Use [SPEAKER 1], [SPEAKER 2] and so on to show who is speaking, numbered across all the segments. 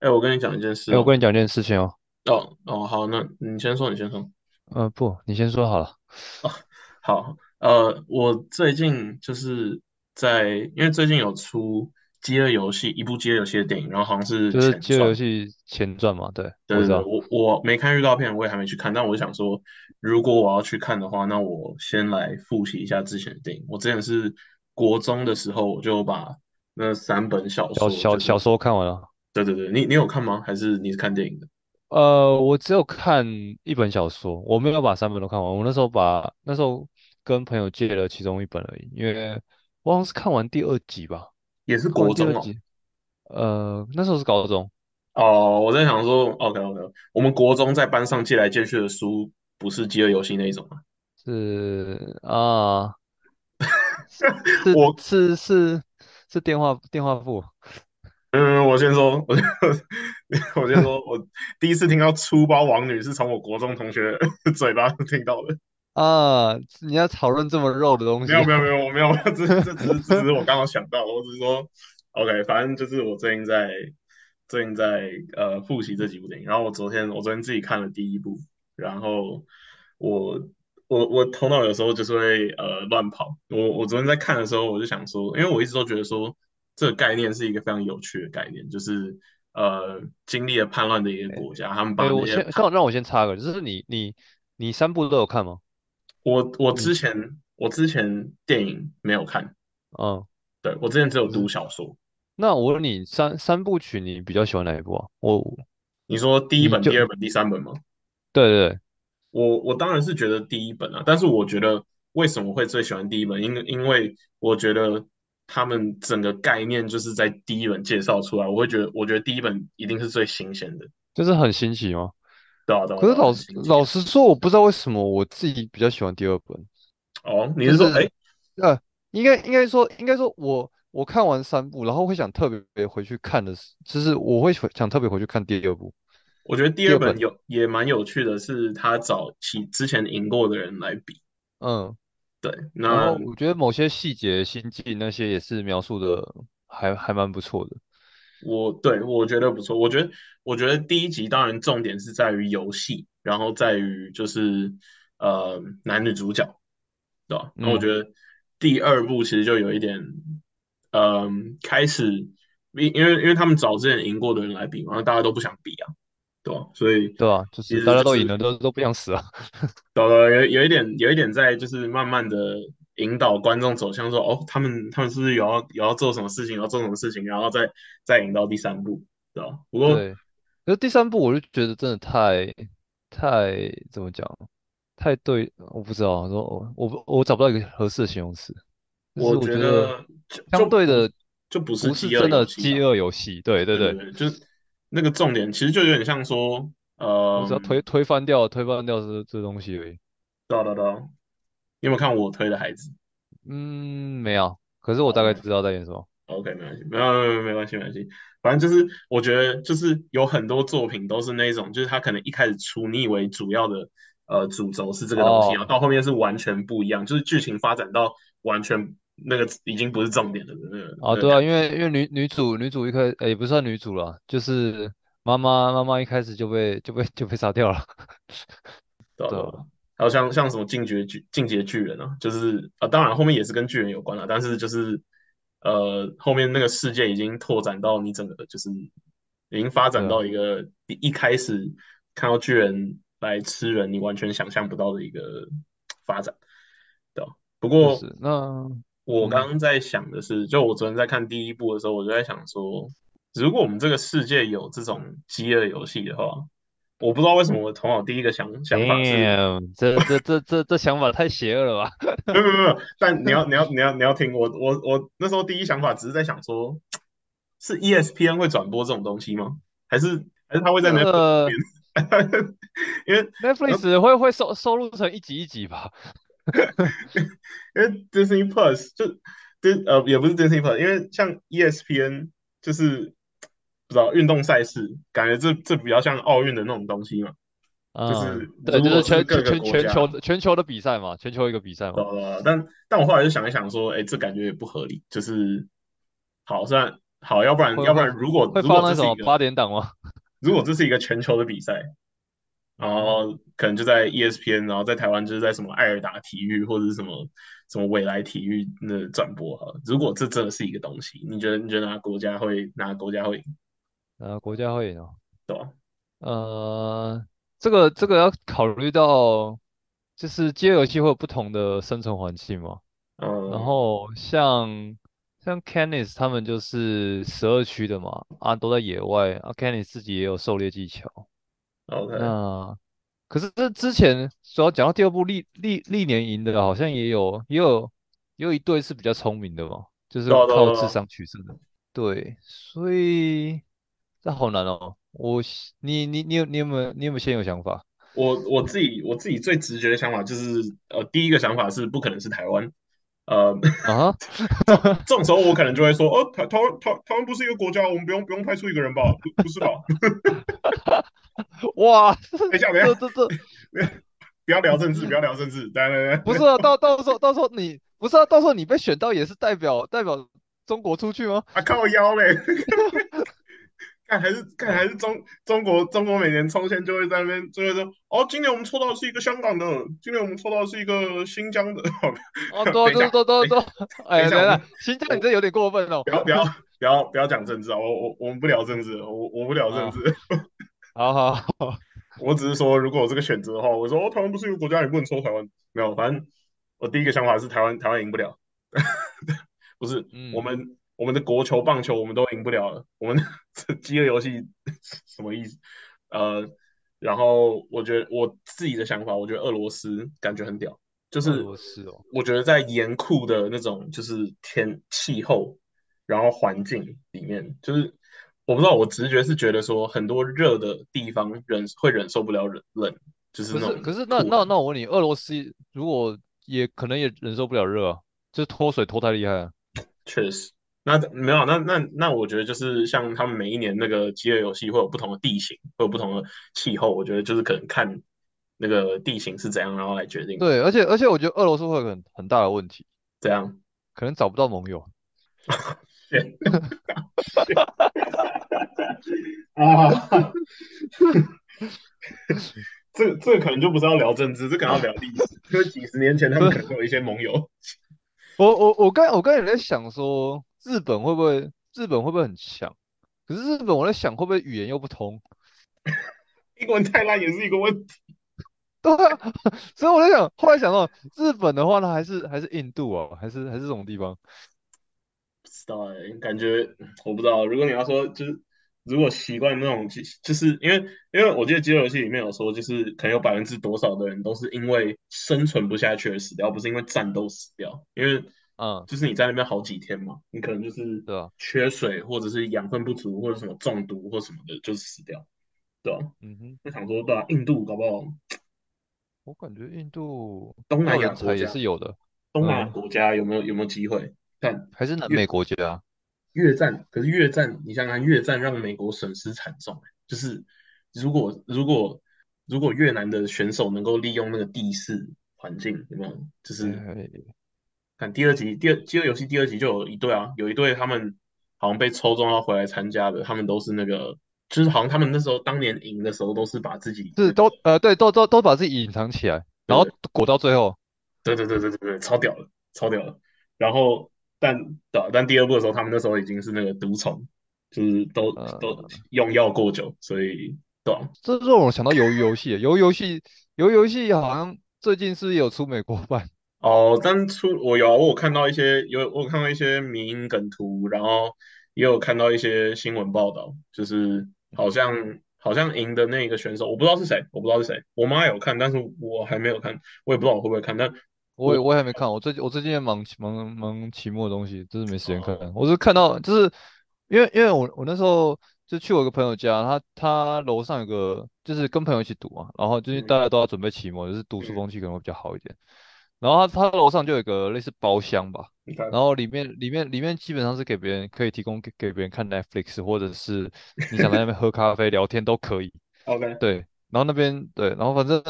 [SPEAKER 1] 哎，我跟你讲一件事
[SPEAKER 2] 哎，我
[SPEAKER 1] 哦。
[SPEAKER 2] 跟你讲件事情哦。
[SPEAKER 1] 哦哦，好，那你先说，你先说。
[SPEAKER 2] 呃，不，你先说好了。
[SPEAKER 1] 好，呃，我最近就是在，因为最近有出饥饿游戏一部饥饿游戏的电影，然后好像是
[SPEAKER 2] 就是
[SPEAKER 1] 前
[SPEAKER 2] 饥饿游
[SPEAKER 1] 传。
[SPEAKER 2] 戏前传嘛，对，
[SPEAKER 1] 对对
[SPEAKER 2] 我知
[SPEAKER 1] 对，
[SPEAKER 2] 道。
[SPEAKER 1] 我我没看预告片，我也还没去看，但我想说，如果我要去看的话，那我先来复习一下之前的电影。我之前是国中的时候，我就把那三本小
[SPEAKER 2] 小
[SPEAKER 1] 说，
[SPEAKER 2] 小
[SPEAKER 1] 就
[SPEAKER 2] 小
[SPEAKER 1] 是
[SPEAKER 2] 时候看完了。
[SPEAKER 1] 对对对，你你有看吗？还是你是看电影的？
[SPEAKER 2] 呃，我只有看一本小说，我没有把三本都看完。我那时候把那时候跟朋友借了其中一本而已，因为我好像是看完第二集吧。
[SPEAKER 1] 也是
[SPEAKER 2] 看完
[SPEAKER 1] 国
[SPEAKER 2] 第
[SPEAKER 1] 中
[SPEAKER 2] 二
[SPEAKER 1] 哦。
[SPEAKER 2] 集，呃，那时候是高中。
[SPEAKER 1] 哦，我在想说，OK OK，我们国中在班上借来借去的书，不是饥饿游戏那一种啊。
[SPEAKER 2] 是啊， 是
[SPEAKER 1] 我，
[SPEAKER 2] 是是是电话电话簿，
[SPEAKER 1] 嗯，我先说， 我先我先说，我第一次听到“粗包王女”是从我国中同学 嘴巴听到的。
[SPEAKER 2] 啊，你要讨论这么肉的东
[SPEAKER 1] 没有
[SPEAKER 2] 西
[SPEAKER 1] 没有没
[SPEAKER 2] 哦。
[SPEAKER 1] 有，我没有，这这只是这只是我刚好想到的，我只是说，OK，反正就是我最近在最近在呃复习这几部电影，然后我昨天我昨天自己看了第一部，然后我我我头脑有时候就是会呃乱跑，我我昨天在看的时候我就想说，因为我一直都觉得说这个概念是一个非常有趣的概念，就是呃经历了叛乱的一个国家，他们
[SPEAKER 2] 哎、
[SPEAKER 1] 把那
[SPEAKER 2] 我
[SPEAKER 1] 些
[SPEAKER 2] 先
[SPEAKER 1] 叛
[SPEAKER 2] 让让我先插个，就是你你你三部都有看吗？
[SPEAKER 1] 我我
[SPEAKER 2] 你
[SPEAKER 1] 之前我之前电影没有看，
[SPEAKER 2] 嗯，
[SPEAKER 1] 对，我之前只有
[SPEAKER 2] 不
[SPEAKER 1] 读
[SPEAKER 2] 是。
[SPEAKER 1] 小说。
[SPEAKER 2] 那我问你，三三部曲你比较喜欢哪一部啊？我
[SPEAKER 1] 你说第一
[SPEAKER 2] 你
[SPEAKER 1] 本、
[SPEAKER 2] 嗯就
[SPEAKER 1] 第二本、第三本吗？
[SPEAKER 2] 对对对，
[SPEAKER 1] 我我当然是觉得第一本啊，但是我觉得为什么会最喜欢第一本？因因为我觉得他们整个概念就是在第一本介绍出来，我会觉得我觉得第一本一定是最新鲜的，
[SPEAKER 2] 就是很新奇吗？
[SPEAKER 1] 对啊对啊
[SPEAKER 2] 可
[SPEAKER 1] 对
[SPEAKER 2] 是
[SPEAKER 1] 啊，
[SPEAKER 2] 老
[SPEAKER 1] 很
[SPEAKER 2] 实
[SPEAKER 1] 新
[SPEAKER 2] 老
[SPEAKER 1] 奇。
[SPEAKER 2] 实说，我不知道为什么我自己比较喜欢第二本，
[SPEAKER 1] 哦，你
[SPEAKER 2] 就是
[SPEAKER 1] 说哎
[SPEAKER 2] 是呃，应该应该说应该说我我看完三部，然后会想特别回去看的是，就是我会想特别回去看第二部
[SPEAKER 1] 我觉得第
[SPEAKER 2] 第
[SPEAKER 1] 二
[SPEAKER 2] 二
[SPEAKER 1] 本
[SPEAKER 2] 本，
[SPEAKER 1] 有也蛮有趣的，是他找其之前赢过的人来比。
[SPEAKER 2] 嗯，
[SPEAKER 1] 对，
[SPEAKER 2] 然
[SPEAKER 1] 那
[SPEAKER 2] 后我觉得某些细节、心境那些也是描述的还还蛮不错的，
[SPEAKER 1] 我对我觉得不错，我觉得我觉得第一集当然重点是在于游戏，然后在于就是呃男女主角，对吧？那我
[SPEAKER 2] 嗯。
[SPEAKER 1] 觉得第二部其实就有一点，嗯、开始因因为因为他们找之前赢过的人来比嘛，然后大家都不想比啊，对吧？所以
[SPEAKER 2] 对啊，就
[SPEAKER 1] 其
[SPEAKER 2] 是
[SPEAKER 1] 实
[SPEAKER 2] 大
[SPEAKER 1] 就
[SPEAKER 2] 家都赢
[SPEAKER 1] 是
[SPEAKER 2] 了，都都不想死啊。
[SPEAKER 1] 搞得有有一点有一点在就是慢慢的引导观众走向说哦，他们他们是不是有要有要做什么事情，有要做什么事情，然后再再引到第三部，对吧？不过。
[SPEAKER 2] 对，可是第三部我就觉得真的太太怎么讲，太对，我不知道，我我不我找不到一个合适的形容词，就是
[SPEAKER 1] 我
[SPEAKER 2] 我
[SPEAKER 1] 觉
[SPEAKER 2] 觉得
[SPEAKER 1] 得就
[SPEAKER 2] 相
[SPEAKER 1] 就
[SPEAKER 2] 对
[SPEAKER 1] 不
[SPEAKER 2] 的
[SPEAKER 1] 就不是
[SPEAKER 2] 不是
[SPEAKER 1] 饥饿
[SPEAKER 2] 真
[SPEAKER 1] 游
[SPEAKER 2] 的
[SPEAKER 1] 戏啦，
[SPEAKER 2] 饥饿游戏，对对
[SPEAKER 1] 对对对，
[SPEAKER 2] 对，
[SPEAKER 1] 就是那个重点其实就有点像说，
[SPEAKER 2] 我只要推
[SPEAKER 1] 嗯，
[SPEAKER 2] 推翻掉推翻掉这这东西而已。
[SPEAKER 1] 对啊对啊对啊，你有没有看我推的孩子
[SPEAKER 2] 嗯，没有，可是我大概
[SPEAKER 1] ？OK
[SPEAKER 2] 知道在演什么。
[SPEAKER 1] OK，没关系，没有没有没有没关系没关系，反正就是我觉得就是有很多作品都是那一种，就是他可能一开始出你以为主要的呃主轴是这个东西，然后
[SPEAKER 2] 哦，
[SPEAKER 1] 到后面是完全不一样，就是剧情发展到完全那个已经不是重点的那个
[SPEAKER 2] 啊，
[SPEAKER 1] 那个
[SPEAKER 2] 对啊，
[SPEAKER 1] 感
[SPEAKER 2] 因
[SPEAKER 1] 觉。
[SPEAKER 2] 为因为女女主女主一开，诶，也不算女主了，就是妈妈妈妈一开始就被就被就被杀掉了，
[SPEAKER 1] 对啊
[SPEAKER 2] 对
[SPEAKER 1] 对
[SPEAKER 2] 啊。
[SPEAKER 1] 啊，还有像像什么进阶巨进阶巨人啊，就是啊，当然后面也是跟巨人有关了，但是就是呃，后面那个世界已经拓展到你整个就是已经发展
[SPEAKER 2] 对啊，
[SPEAKER 1] 到一个你一开始看到巨人来吃人，你完全想象不到的一个发展，对啊。不
[SPEAKER 2] 确
[SPEAKER 1] 过
[SPEAKER 2] 实，那
[SPEAKER 1] 我刚
[SPEAKER 2] 嗯，
[SPEAKER 1] 刚在想的是，就我昨天在看第一部的时候，我就在想说，如果我们这个世界有这种饥饿游戏的话，我不知道为什么我头脑第一个想想法是。
[SPEAKER 2] damn，这这这这这想法太邪恶了吧？
[SPEAKER 1] 没有没有没有，但你要你要你要你要听我我我那时候第一想法只是在想说，是 E ESPN 会转播这种东西吗？还是还是他会在
[SPEAKER 2] 这
[SPEAKER 1] Netflix
[SPEAKER 2] 个
[SPEAKER 1] 上面？ 因为然后
[SPEAKER 2] 呃 Netflix 会会收收录成一集一集吧？
[SPEAKER 1] 因为 Disney Plus 就 Dis 呃也不是 Disney Plus，因为像 E ESPN 就是不知道运动赛事，感觉这这比较像奥运的那种东西嘛，就
[SPEAKER 2] 嗯，
[SPEAKER 1] 是
[SPEAKER 2] 对，
[SPEAKER 1] 如
[SPEAKER 2] 就
[SPEAKER 1] 果是
[SPEAKER 2] 是全
[SPEAKER 1] 各
[SPEAKER 2] 全
[SPEAKER 1] 个
[SPEAKER 2] 全
[SPEAKER 1] 国
[SPEAKER 2] 全
[SPEAKER 1] 家。
[SPEAKER 2] 球的全球的比赛嘛，全球一个比赛
[SPEAKER 1] 对
[SPEAKER 2] 嘛，
[SPEAKER 1] 啊对啊但但我后来就想一想说，哎，这感觉也不合理。就是好，虽然好，要不然
[SPEAKER 2] 会
[SPEAKER 1] 要不
[SPEAKER 2] 会
[SPEAKER 1] 然，如果
[SPEAKER 2] 会
[SPEAKER 1] 如
[SPEAKER 2] 放
[SPEAKER 1] 果
[SPEAKER 2] 那
[SPEAKER 1] 这是一
[SPEAKER 2] 种
[SPEAKER 1] 个
[SPEAKER 2] 八点档吗？
[SPEAKER 1] 如果这是一个全球的比赛，然后可能就在 E ESPN，然后在台湾就是在什么爱尔达体育或者是什么什么未来体育那转播哈。如果这真的是一个东西，你觉得你觉得哪个国家会哪个国家会赢，
[SPEAKER 2] 呃，国家会赢哦。
[SPEAKER 1] 对啊吧？
[SPEAKER 2] 呃，这个这个要考虑到，就是街游戏会有不同的生存环境嘛。然
[SPEAKER 1] 嗯
[SPEAKER 2] 后像像 Canis 他们就是十二区的嘛，啊都在野外，啊 Canis 自己也有狩猎技巧。
[SPEAKER 1] ，OK，
[SPEAKER 2] 那可是这之前主要讲到第二部历历历年赢的，好像也有也有也有一队是比较聪明的嘛，就是
[SPEAKER 1] 对啊对啊
[SPEAKER 2] 靠
[SPEAKER 1] 对
[SPEAKER 2] 智
[SPEAKER 1] 啊，
[SPEAKER 2] 商取胜的。对，所以这好难哦。我是你你你有你有没有你有没有先有想法？
[SPEAKER 1] 我我自己我自己最直觉的想法就是，呃，第一个想法是不可能是台湾，呃，
[SPEAKER 2] 啊哈，
[SPEAKER 1] 这这种时候我可能就会说，哦，台台湾台台湾不是一个国家，我们不用不用派出一个人吧？不不是吧？
[SPEAKER 2] 哇，
[SPEAKER 1] 等一下等一
[SPEAKER 2] 这
[SPEAKER 1] 下，
[SPEAKER 2] 这这
[SPEAKER 1] 不要聊政治，不要聊政治，来来来。
[SPEAKER 2] 不是啊，到到时候到时候你不是啊，到时候你被选到也是代表代表中国出去吗？
[SPEAKER 1] 啊靠腰嘞， 看还是看还是中中国中国每年抽签就会在那边就会说，哦，今年我们抽到的是一个香港的，今年我们抽到的是一个新疆的。
[SPEAKER 2] 哦，对
[SPEAKER 1] 等一
[SPEAKER 2] 啊对
[SPEAKER 1] 下，
[SPEAKER 2] 啊对啊对
[SPEAKER 1] 等
[SPEAKER 2] 啊
[SPEAKER 1] 一
[SPEAKER 2] 对啊，
[SPEAKER 1] 等一
[SPEAKER 2] 哎，
[SPEAKER 1] 下，
[SPEAKER 2] 等
[SPEAKER 1] 我们
[SPEAKER 2] 等，新疆你
[SPEAKER 1] 我
[SPEAKER 2] 这有点过分哦。
[SPEAKER 1] 不要不要不要不要讲政治啊，我我我们不聊政治，我我不聊政
[SPEAKER 2] 啊，
[SPEAKER 1] 治，
[SPEAKER 2] 好好好，
[SPEAKER 1] 我只是说如果有这个选择的话，我说哦，台湾不是一个国家，你不能抽台湾，没有，反正我第一个想法是台湾台湾赢不了， 不是我
[SPEAKER 2] 嗯，
[SPEAKER 1] 们我们的国球棒球我们都赢不了了，我们 这饥饿游戏什么意思？呃，然后我觉得我自己的想法，我觉得俄罗斯感觉很屌，就
[SPEAKER 2] 俄
[SPEAKER 1] 是
[SPEAKER 2] 罗斯哦，
[SPEAKER 1] 我觉得在严酷的那种就是天气候，然后环境里面，就是我不知道，我直觉是觉得说很多热的地方忍会忍受不了冷冷，就是
[SPEAKER 2] 可
[SPEAKER 1] 那
[SPEAKER 2] 是
[SPEAKER 1] 种
[SPEAKER 2] 可是那
[SPEAKER 1] 酷啊
[SPEAKER 2] 那
[SPEAKER 1] 冷。
[SPEAKER 2] 那我问你，俄罗斯如果也可能也忍受不了热啊，就是脱水脱太厉害啊了。
[SPEAKER 1] 确实，那没有，那那那，我觉得就是像他们每一年那个饥饿游戏会有不同的地形，会有不同的气候，我觉得就是可能看那个地形是怎样，然后来决定
[SPEAKER 2] 对，而且而且我觉得俄罗斯会有很很大的问题，
[SPEAKER 1] 怎样。
[SPEAKER 2] 可能找不到盟友。
[SPEAKER 1] 啊， 这这可能就不是要聊政治，这可能要聊历史， 因为几十年前他
[SPEAKER 2] 不
[SPEAKER 1] 们
[SPEAKER 2] 是，
[SPEAKER 1] 可能会有一些盟友。
[SPEAKER 2] 我我我刚我刚也在想说，日本会不会日本会不会很强？可是日本我在想会不会语言又不通？
[SPEAKER 1] 英文太烂也是一个问题。
[SPEAKER 2] 对啊，所以我在想，后来想到日本的话呢，还是还是印度啊，还是还是这种地方。
[SPEAKER 1] 不知道哎、感觉我不知道。如果你要说，就是如果习惯那种，就就是因为因为我记得饥饿游戏里面有说，就是可能有百分之多少的人都是因为生存不下去而死掉，不是因为战斗死掉。因为
[SPEAKER 2] 嗯，
[SPEAKER 1] 就是你在那边好几天嘛，你可能就是
[SPEAKER 2] 对啊，
[SPEAKER 1] 缺水，或者是养分不足，或者什么中毒或什么的，就死掉，对吧、
[SPEAKER 2] 嗯哼，
[SPEAKER 1] 就想说，对啊，印度搞不好
[SPEAKER 2] 我感觉印度
[SPEAKER 1] 东
[SPEAKER 2] 要
[SPEAKER 1] 南亚
[SPEAKER 2] 人
[SPEAKER 1] 国
[SPEAKER 2] 才也
[SPEAKER 1] 家，
[SPEAKER 2] 是有的，
[SPEAKER 1] 东南亚
[SPEAKER 2] 嗯，
[SPEAKER 1] 国家有没有有没有机会？但
[SPEAKER 2] 还是南
[SPEAKER 1] 越
[SPEAKER 2] 美国家。啊
[SPEAKER 1] 越战，可是越战，你想想看，越战让美国损失惨重欸，就是如果如果如果越南的选手能够利用那个地势环境，有没有？就是
[SPEAKER 2] 哎，
[SPEAKER 1] 看第二集，第二饥饿游戏第二集就有一对啊，有一对他们好像被抽中要回来参加的，他们都是那个，就是好像他们那时候当年赢的时候都是把自己
[SPEAKER 2] 是
[SPEAKER 1] 那
[SPEAKER 2] 都
[SPEAKER 1] 个，
[SPEAKER 2] 呃对，都都都把自己隐藏起来，然后
[SPEAKER 1] 对
[SPEAKER 2] 裹到最后。
[SPEAKER 1] 对对对对对对，超屌的，超屌的。然后，但对啊但第二部的时候，他们那时候已经是那个毒虫，就是都都
[SPEAKER 2] 呃，
[SPEAKER 1] 用药过久，所以对啊
[SPEAKER 2] 这让我想到鱿鱼游戏，鱿鱼游戏，鱿鱼游戏好像最近是不是有出美国版？
[SPEAKER 1] 哦，但出我有我有看到一些有我有看到一些迷因梗图，然后也有看到一些新闻报道，就是好
[SPEAKER 2] 嗯，
[SPEAKER 1] 像好像赢的那个选手，我不知道是谁，我不知道是谁，我妈有看，但是我还没有看，我也不知道我会不会看，但
[SPEAKER 2] 我也
[SPEAKER 1] 我
[SPEAKER 2] 我也还没看，我最近我最近也忙忙忙期末的东西，真是没时间看。
[SPEAKER 1] 哦
[SPEAKER 2] 我是看到，就是因为因为我我那时候就去我一个朋友家，他他楼上有个就是跟朋友一起读嘛，然后就是
[SPEAKER 1] 嗯
[SPEAKER 2] 大家都要准备期末，就是读书
[SPEAKER 1] 嗯，
[SPEAKER 2] 风气可能会比较好一点。然后他他楼上就有一个类似包厢吧，
[SPEAKER 1] 你看，
[SPEAKER 2] 然后里面里面里面基本上是给别人可以提供给给别人看 Netflix，或者是你想在那边喝咖啡聊天都可以。
[SPEAKER 1] OK，
[SPEAKER 2] 对，然后那边对，然后反正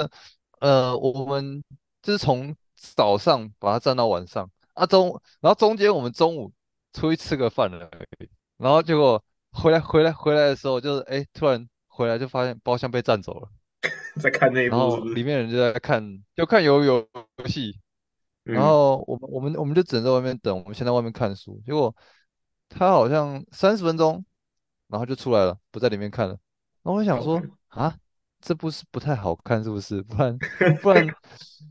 [SPEAKER 2] 呃，我们就是从早上把它站到晚上啊中，然后中间我们中午出去吃个饭了而已，然后结果回来回来回来的时候，就是哎，突然回来就发现包厢被占走了，
[SPEAKER 1] 在看那一
[SPEAKER 2] 然
[SPEAKER 1] 部是
[SPEAKER 2] 后
[SPEAKER 1] 不
[SPEAKER 2] 里
[SPEAKER 1] 是？
[SPEAKER 2] 面人就在看，就看游游戏，然
[SPEAKER 1] 嗯，
[SPEAKER 2] 后我们我们我们就只能在外面等，我们先在外面看书，结果他好像三十分钟，然后就出来了，不在里面看了。然后我想说
[SPEAKER 1] OK，
[SPEAKER 2] 啊，这部是不太好看，是不是？不然不然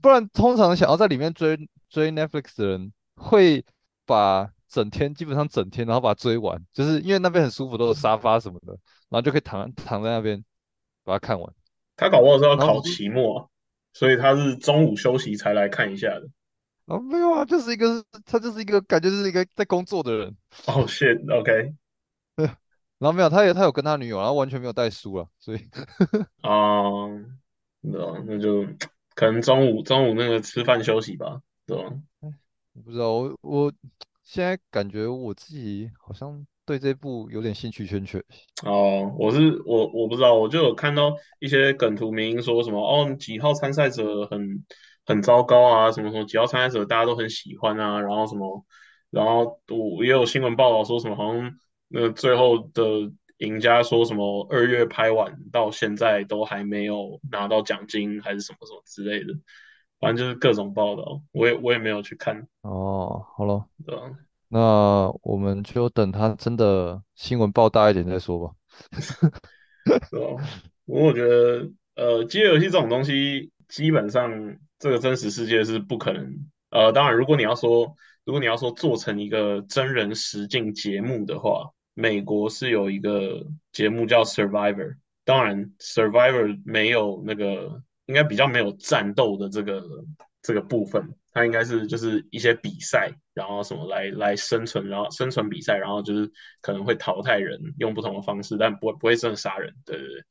[SPEAKER 2] 不然，通常想要在里面追追 Netflix 的人会把整天基本上整天，然后把它追完，就是因为那边很舒服，都有沙发什么的，然后就可以躺躺在那边把它看完。
[SPEAKER 1] 他搞不好是要
[SPEAKER 2] 然后
[SPEAKER 1] 考
[SPEAKER 2] 我就
[SPEAKER 1] 期末啊，所以他是中午休息才来看一下的。
[SPEAKER 2] 啊没有啊，就是一个他就是一个感觉就是一个在工作的人。
[SPEAKER 1] 哦、shit，OK，
[SPEAKER 2] 然后没有，他有他有跟他女友，然后完全没有带书了，所以
[SPEAKER 1] 啊，对吧？那就可能中午中午那个吃饭休息吧，对啊吧？
[SPEAKER 2] 我不知道，我我现在感觉我自己好像对这部有点兴趣缺缺。
[SPEAKER 1] 哦，我是我我不知道，我就有看到一些梗图明星说什么哦几号参赛者很很糟糕啊，什么什么几号参赛者大家都很喜欢啊，然后什么，然后我也有新闻报道说什么好像那最后的赢家说什么二月拍完到现在都还没有拿到奖金还是什么什么之类的，反正就是各种报道，我也我也没有去看，
[SPEAKER 2] 哦，好了，
[SPEAKER 1] 对吧？
[SPEAKER 2] 那我们就等他真的新闻报大一点再说吧。
[SPEAKER 1] 对吧？不过我觉得，呃，饥饿游戏这种东西，基本上这个真实世界是不可能。呃，当然，如果你要说，如果你要说做成一个真人实境节目的话，美国是有一个节目叫《Survivor》。当然，《Survivor》没有那个，应该比较没有战斗的这个这个部分，它应该是就是一些比赛，然后什么来来生存，然后生存比赛，然后就是可能会淘汰人，用不同的方式，但不会不会真的杀人，对对对，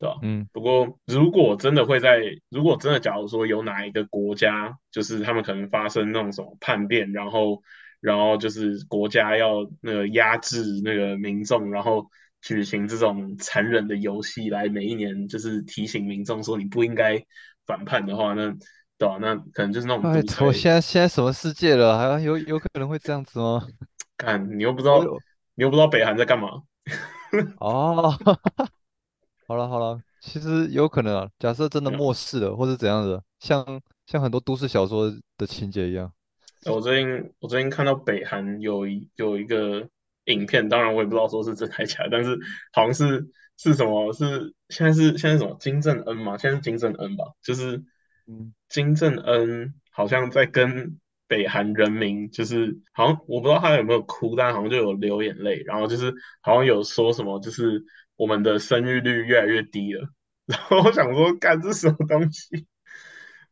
[SPEAKER 1] 对吧？
[SPEAKER 2] 嗯，
[SPEAKER 1] 不过如果真的会在，如果真的假如说有哪一个国家，就是他们可能发生那种什么叛变，然后然后就是国家要那个压制那个民众，然后举行这种残忍的游戏来每一年就是提醒民众说你不应该反叛的话，那对吧？那可能就是那种
[SPEAKER 2] 拜
[SPEAKER 1] 独裁。
[SPEAKER 2] 托，哎现在现在什么世界了，还有有可能会这样 子吗？
[SPEAKER 1] 看，你又不知
[SPEAKER 2] 我
[SPEAKER 1] 道，
[SPEAKER 2] 有
[SPEAKER 1] 你又不知道北韩在干嘛。
[SPEAKER 2] 哦， 好了好了，其实有可能啊，假设真的
[SPEAKER 1] 对
[SPEAKER 2] 末
[SPEAKER 1] 啊，
[SPEAKER 2] 世了或者怎样的，像像很多都市小说的情节一样。
[SPEAKER 1] 我最近我最近看到北韩有一有一个影片，当然我也不知道说是真还假，但是好像是是什么是现在是现在是什么金正恩嘛，现在是金正恩吧，就是
[SPEAKER 2] 嗯，
[SPEAKER 1] 金正恩好像在跟北韩人民，就是好像我不知道他有没有哭，但好像就有流眼泪，然后就是好像有说什么，就是我们的生育率越来越低了， 然后我想说，干这什么东西？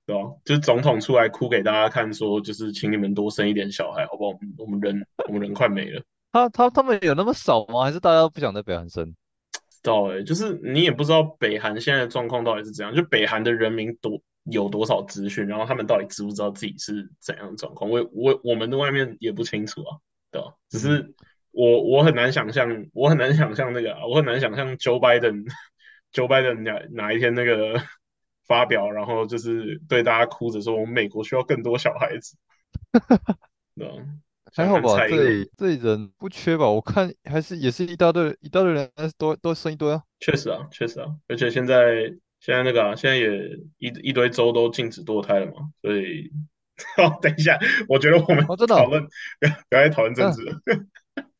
[SPEAKER 1] 对吧？就是总统出来哭给大家看，说就是请你们多生一点小孩，好不好？我们我们人我们人快没了，
[SPEAKER 2] 他他他们有那么少吗？还是大家都不想在北韩生？
[SPEAKER 1] 知道欸，就是你也不知道北韩现在的状况到底是怎样，就北韩的人民多有多少资讯，然后他们到底知不知道自己是怎样的状况，我我我们的外面也不清楚啊，对吧？只
[SPEAKER 2] 嗯，
[SPEAKER 1] 是我我很难想象，我很难想象那个啊，我很难想象 Joe Biden Joe Biden 哪哪一天那个 发表，然后就是对大家哭着说，我们美国需要更多小孩子。对啊，
[SPEAKER 2] 还
[SPEAKER 1] 想
[SPEAKER 2] 好
[SPEAKER 1] 看
[SPEAKER 2] 吧，
[SPEAKER 1] 蔡英
[SPEAKER 2] 这
[SPEAKER 1] 文，
[SPEAKER 2] 里这里人不缺吧？我看还是也是一大堆一大堆人，但是都都生一堆啊。
[SPEAKER 1] 确实啊，确实啊，而且现在现在那个啊，现在也一一堆州都禁止堕胎了嘛，所以， 好，等一下，我觉得我们
[SPEAKER 2] 哦，真的
[SPEAKER 1] 讨
[SPEAKER 2] 哦，
[SPEAKER 1] 论不要不要再讨论政
[SPEAKER 2] 嗯、
[SPEAKER 1] 治了，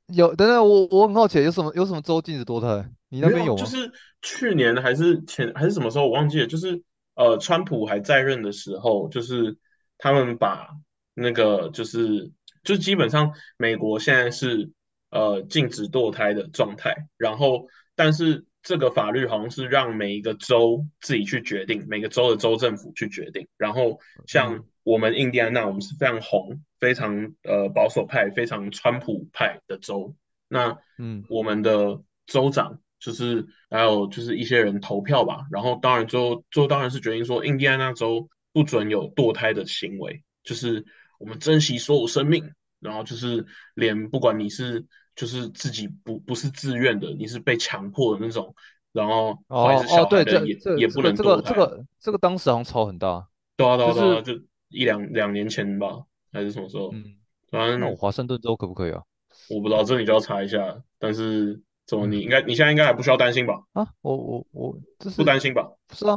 [SPEAKER 2] 有，等等，我我很好奇，有什么有什么州禁止堕胎？你那
[SPEAKER 1] 没
[SPEAKER 2] 边
[SPEAKER 1] 有，
[SPEAKER 2] 有
[SPEAKER 1] 就
[SPEAKER 2] 吗？
[SPEAKER 1] 是去年还是前还是什么时候我忘记了，就是呃，川普还在任的时候，就是他们把那个就是就基本上美国现在是呃禁止堕胎的状态，然后但是这个法律好像是让每一个州自己去决定，每个州的州政府去决定，然后像
[SPEAKER 2] 嗯，
[SPEAKER 1] 我们印第安纳，我们是非常红、非常呃保守派、非常川普派的州。那
[SPEAKER 2] 嗯，
[SPEAKER 1] 我们的州长就是还有就是一些人投票吧，然后当然最后最后当然是决定说印第安纳州不准有堕胎的行为，就是我们珍惜所有生命，然后就是连不管你是就是自己不不是自愿的，你是被强迫的那种，然后怀
[SPEAKER 2] 哦
[SPEAKER 1] 是
[SPEAKER 2] 哦，
[SPEAKER 1] 小孩
[SPEAKER 2] 对，
[SPEAKER 1] 的
[SPEAKER 2] 这
[SPEAKER 1] 也
[SPEAKER 2] 这
[SPEAKER 1] 也
[SPEAKER 2] 这
[SPEAKER 1] 不
[SPEAKER 2] 个
[SPEAKER 1] 能
[SPEAKER 2] 这
[SPEAKER 1] 堕
[SPEAKER 2] 个这
[SPEAKER 1] 胎。
[SPEAKER 2] 个这个当时好像吵很大，
[SPEAKER 1] 对啊，对啊，
[SPEAKER 2] 就
[SPEAKER 1] 对啊，
[SPEAKER 2] 是
[SPEAKER 1] 就一两两年前吧，还是什么时候？
[SPEAKER 2] 嗯，
[SPEAKER 1] 反
[SPEAKER 2] 那我
[SPEAKER 1] 正
[SPEAKER 2] 华盛顿州可不可以啊？
[SPEAKER 1] 我不知道，这里就要查一下。但是怎么
[SPEAKER 2] 嗯
[SPEAKER 1] 你应该你现在应该还不需要担心吧？
[SPEAKER 2] 啊，我我我，这是
[SPEAKER 1] 不担心吧？
[SPEAKER 2] 不是啊，